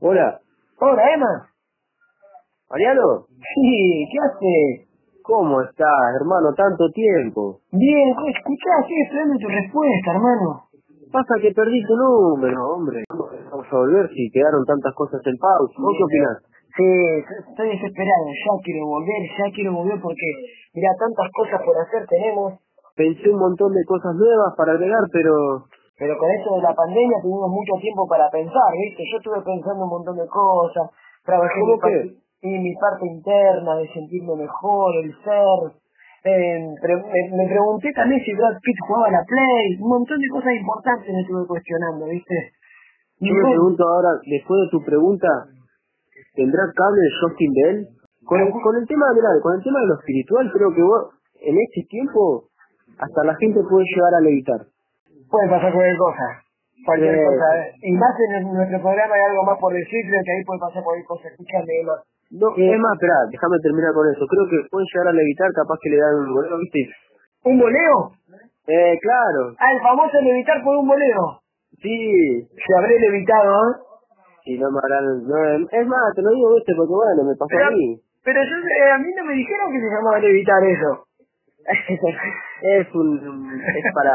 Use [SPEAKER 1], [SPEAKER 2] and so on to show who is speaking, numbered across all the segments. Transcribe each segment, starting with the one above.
[SPEAKER 1] Hola.
[SPEAKER 2] Hola, Emma.
[SPEAKER 1] ¿Mariano?
[SPEAKER 2] Sí, ¿qué haces?
[SPEAKER 1] ¿Cómo estás, hermano? Tanto tiempo.
[SPEAKER 2] Bien, pues, escuchá, estoy esperando tu respuesta, hermano.
[SPEAKER 1] Pasa que perdí tu número, hombre. ¿Cómo Vamos a volver si quedaron tantas cosas en pausa. ¿Vos qué opinás?
[SPEAKER 2] Sí, yo estoy desesperado, ya quiero volver, ya quiero volver porque, mira, tantas cosas por hacer tenemos,
[SPEAKER 1] Pensé un montón de cosas nuevas para agregar, pero...
[SPEAKER 2] pero con esto de la pandemia tuvimos mucho tiempo para pensar, ¿viste? Yo estuve pensando un montón de cosas, trabajé
[SPEAKER 1] ¿Cómo
[SPEAKER 2] mi, par-
[SPEAKER 1] qué?
[SPEAKER 2] y mi parte interna de sentirme mejor, el ser. eh, pre- me, me pregunté también si Brad Pitt jugaba a la Play, un montón de cosas importantes me estuve cuestionando, ¿viste? Y
[SPEAKER 1] Yo me
[SPEAKER 2] bueno,
[SPEAKER 1] pregunto ahora, después de tu pregunta, ¿tendrá cable de Justin Bell? Con el, con el tema mirá, con el tema de lo espiritual, creo que vos, en este tiempo, hasta la gente puede llegar a levitar.
[SPEAKER 2] puede pasar cualquier cosa. Cualquier
[SPEAKER 1] Eh,
[SPEAKER 2] cosa. ¿eh? Y más en el- nuestro programa hay algo más por decir, creo que ahí puede pasar cualquier cosa. Escúchame, Emma.
[SPEAKER 1] No,
[SPEAKER 2] Eh,
[SPEAKER 1] es más, esperá, déjame terminar con eso. Creo que pueden llegar a levitar, capaz que le dan un goleo, ¿viste?
[SPEAKER 2] ¿Un voleo?
[SPEAKER 1] Eh, claro,
[SPEAKER 2] Ah, el famoso levitar por un voleo.
[SPEAKER 1] sí.
[SPEAKER 2] Se habré levitado, ¿eh?
[SPEAKER 1] Y no me harán... no, es más, te lo digo, ¿viste? Porque bueno, me pasó
[SPEAKER 2] Pero,
[SPEAKER 1] a mí.
[SPEAKER 2] pero yo, eh, a mí no me dijeron que se llamaba levitar eso.
[SPEAKER 1] es un... es para...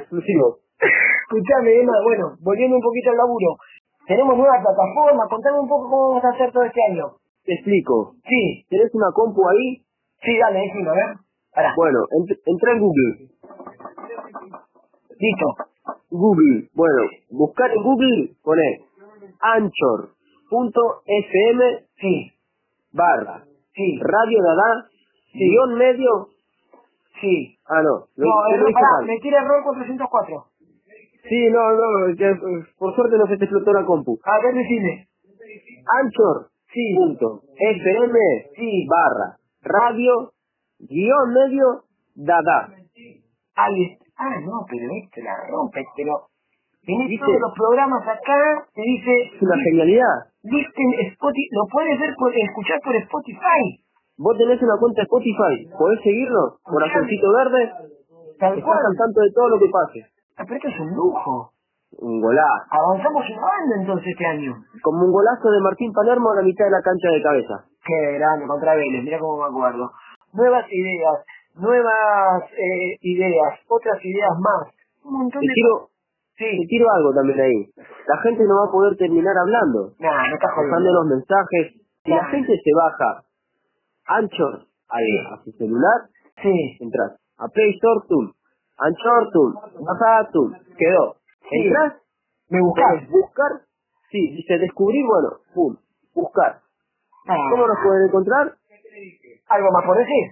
[SPEAKER 1] exclusivo.
[SPEAKER 2] Escuchame, Emma, bueno, volviendo un poquito al laburo. Tenemos nueva plataforma, contame un poco cómo vamos a hacer todo este año.
[SPEAKER 1] Te explico.
[SPEAKER 2] Sí,
[SPEAKER 1] ¿Tenés una compu ahí?
[SPEAKER 2] sí, dale, decime, a ver. Pará,
[SPEAKER 1] Bueno, ent- entra en Google.
[SPEAKER 2] listo.
[SPEAKER 1] Google. Bueno, buscar en Google, poné anchor.fm
[SPEAKER 2] Sí,
[SPEAKER 1] barra
[SPEAKER 2] sí,
[SPEAKER 1] radio dada guión medio
[SPEAKER 2] sí.
[SPEAKER 1] Ah, no, lo,
[SPEAKER 2] No,
[SPEAKER 1] lo
[SPEAKER 2] error,
[SPEAKER 1] hice
[SPEAKER 2] pará,
[SPEAKER 1] mal.
[SPEAKER 2] me tira error 404.
[SPEAKER 1] Sí, no, no, que, eh, por suerte no se te explotó la compu.
[SPEAKER 2] A ver, decime.
[SPEAKER 1] Anchor,
[SPEAKER 2] Sí,
[SPEAKER 1] punto, FM,
[SPEAKER 2] sí.
[SPEAKER 1] barra, radio, guión medio, dada.
[SPEAKER 2] Ahí está. Ah, no, pero este la rompe, pero... Tenés
[SPEAKER 1] ¿Viste?
[SPEAKER 2] todos los programas acá, te dice...
[SPEAKER 1] Es una genialidad.
[SPEAKER 2] Listen Spotify, lo puedes ver por, escuchar por Spotify.
[SPEAKER 1] Vos tenés una cuenta de Spotify, podés seguirlo, corazoncito verde, estás
[SPEAKER 2] Tal
[SPEAKER 1] al
[SPEAKER 2] cual.
[SPEAKER 1] tanto de todo lo que pase.
[SPEAKER 2] Ah, Pero esto es un lujo.
[SPEAKER 1] Un golazo.
[SPEAKER 2] Avanzamos un bando entonces este año.
[SPEAKER 1] Como un golazo de Martín Palermo a la mitad de la cancha de cabeza.
[SPEAKER 2] Qué grande contra Vélez, mira cómo me acuerdo. Nuevas ideas, nuevas eh, ideas, otras ideas más. Un montón
[SPEAKER 1] Te
[SPEAKER 2] de
[SPEAKER 1] tiro, te
[SPEAKER 2] Sí.
[SPEAKER 1] tiro algo también ahí. La gente no va a poder terminar hablando.
[SPEAKER 2] Nah, no estás
[SPEAKER 1] dejando
[SPEAKER 2] jodiendo.
[SPEAKER 1] los mensajes. Si la
[SPEAKER 2] Claro.
[SPEAKER 1] gente se baja Anchor al-
[SPEAKER 2] Sí.
[SPEAKER 1] a su celular,
[SPEAKER 2] Sí.
[SPEAKER 1] entras a Play Store Tool, Anchor Tool, Baja Tool, quedó.
[SPEAKER 2] Sí.
[SPEAKER 1] Entras,
[SPEAKER 2] Me
[SPEAKER 1] pones
[SPEAKER 2] buscás.
[SPEAKER 1] buscar, sí, dice descubrir, bueno, pum, buscar.
[SPEAKER 2] Ah,
[SPEAKER 1] ¿Cómo nos pueden encontrar?
[SPEAKER 2] Algo más por decir.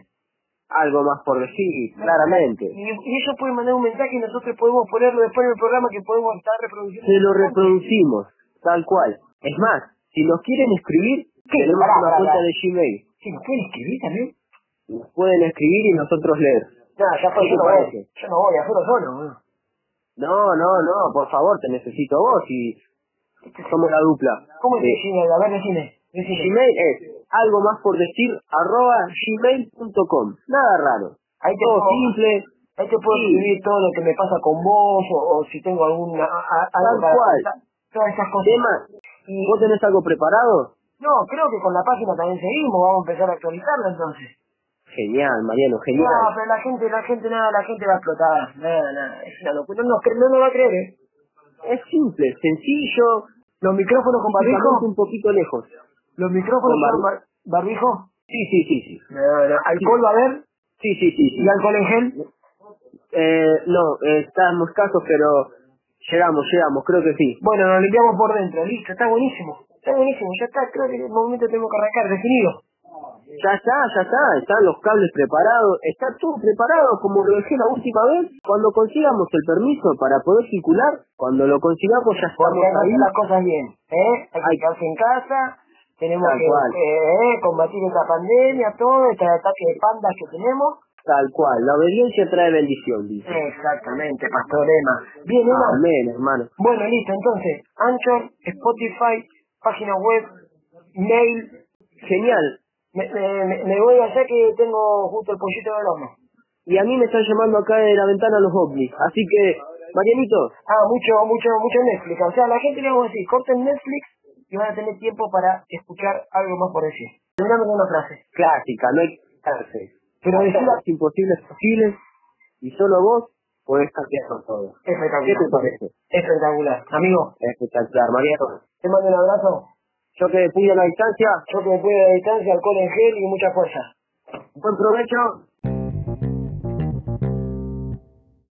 [SPEAKER 1] Algo más por decir, claramente.
[SPEAKER 2] Y, y ellos pueden mandar un mensaje y nosotros podemos ponerlo después en el programa que podemos estar reproduciendo.
[SPEAKER 1] Se lo reproducimos, tal cual. Es más, si nos quieren escribir,
[SPEAKER 2] Sí,
[SPEAKER 1] tenemos
[SPEAKER 2] pará,
[SPEAKER 1] una
[SPEAKER 2] pará,
[SPEAKER 1] cuenta
[SPEAKER 2] pará.
[SPEAKER 1] de Gmail.
[SPEAKER 2] Sí, ¿nos pueden escribir también?
[SPEAKER 1] Nos pueden escribir y nosotros leer.
[SPEAKER 2] No, ya fue,
[SPEAKER 1] ¿Qué
[SPEAKER 2] yo
[SPEAKER 1] te
[SPEAKER 2] no
[SPEAKER 1] parece?
[SPEAKER 2] voy. Yo no voy, hacerlo solo. eh. boludo.
[SPEAKER 1] No, no, no, por favor, te necesito a vos y somos la dupla.
[SPEAKER 2] ¿Cómo es
[SPEAKER 1] Eh,
[SPEAKER 2] el Gmail? A ver, decime. Decime.
[SPEAKER 1] Gmail es algo más por decir arroba gmail.com. Nada raro.
[SPEAKER 2] Ahí te
[SPEAKER 1] Todo
[SPEAKER 2] puedo,
[SPEAKER 1] simple,
[SPEAKER 2] ahí te puedo
[SPEAKER 1] Sí.
[SPEAKER 2] escribir todo lo que me pasa con vos o, o si tengo alguna a- a-
[SPEAKER 1] tal
[SPEAKER 2] algo para
[SPEAKER 1] cual.
[SPEAKER 2] contar. Todas esas cosas.
[SPEAKER 1] Tema,
[SPEAKER 2] Y,
[SPEAKER 1] ¿vos tenés algo preparado?
[SPEAKER 2] no, creo que con la página también seguimos. Vamos a empezar a actualizarla entonces.
[SPEAKER 1] Genial, Mariano,
[SPEAKER 2] No,
[SPEAKER 1] genial.
[SPEAKER 2] pero la gente, la gente, nada, la gente va a explotar. Nada, nada. Es una locura. No, nos cre- no, nos va a creer, ¿eh?
[SPEAKER 1] Es simple, sencillo,
[SPEAKER 2] Los micrófonos con
[SPEAKER 1] físicamente
[SPEAKER 2] barbijo.
[SPEAKER 1] un poquito lejos.
[SPEAKER 2] Los micrófonos
[SPEAKER 1] Con
[SPEAKER 2] con
[SPEAKER 1] barbi-
[SPEAKER 2] bar- barbijo.
[SPEAKER 1] Sí, sí, sí, sí.
[SPEAKER 2] No, no. Alcohol va a haber.
[SPEAKER 1] Sí, sí, sí, sí.
[SPEAKER 2] Y alcohol en gel.
[SPEAKER 1] Eh, no, eh, estamos casos, pero llegamos, llegamos, creo que sí.
[SPEAKER 2] Bueno, lo limpiamos por dentro, listo, está buenísimo. Está buenísimo, ya está, creo que en el momento tengo que arrancar, definido.
[SPEAKER 1] Ya está, ya está, están los cables preparados, está todo preparado como lo dejé la última vez. Cuando consigamos el permiso para poder circular, cuando lo consigamos ya
[SPEAKER 2] Porque
[SPEAKER 1] estamos
[SPEAKER 2] hay que
[SPEAKER 1] ahí.
[SPEAKER 2] hacer las cosas bien, ¿eh? Hay que
[SPEAKER 1] Ay,
[SPEAKER 2] quedarse en casa, tenemos
[SPEAKER 1] tal
[SPEAKER 2] que
[SPEAKER 1] cual,
[SPEAKER 2] eh, combatir esta pandemia, todo, este ataque de pandas que tenemos.
[SPEAKER 1] tal cual, la obediencia trae bendición, dice.
[SPEAKER 2] Exactamente, Pastor Emma. Bien, Emma.
[SPEAKER 1] Amén, hermano.
[SPEAKER 2] Bueno, listo, entonces, Anchor, Spotify, página web, mail.
[SPEAKER 1] Genial.
[SPEAKER 2] Me, me- me- me voy allá que tengo justo el pollito del horno.
[SPEAKER 1] Y a mí me están llamando acá de la ventana los ovnis, así que, Marianito,
[SPEAKER 2] Ah, mucho, mucho, mucho Netflix. O sea, a la gente le hago así, corten Netflix y van a tener tiempo para escuchar algo más por decir. Terminame con una frase.
[SPEAKER 1] Clásica, no hay cárcel.
[SPEAKER 2] Pero
[SPEAKER 1] Pero
[SPEAKER 2] decir-
[SPEAKER 1] decir las imposibles posibles y solo vos podés cambiar con todo. ¿Qué te
[SPEAKER 2] Espectacular.
[SPEAKER 1] parece?
[SPEAKER 2] Espectacular. Amigo,
[SPEAKER 1] Espectacular, Mariano.
[SPEAKER 2] te mando un abrazo.
[SPEAKER 1] Yo que de puño a la distancia,
[SPEAKER 2] Yo que me puedo a distancia, alcohol en gel y mucha fuerza.
[SPEAKER 1] buen provecho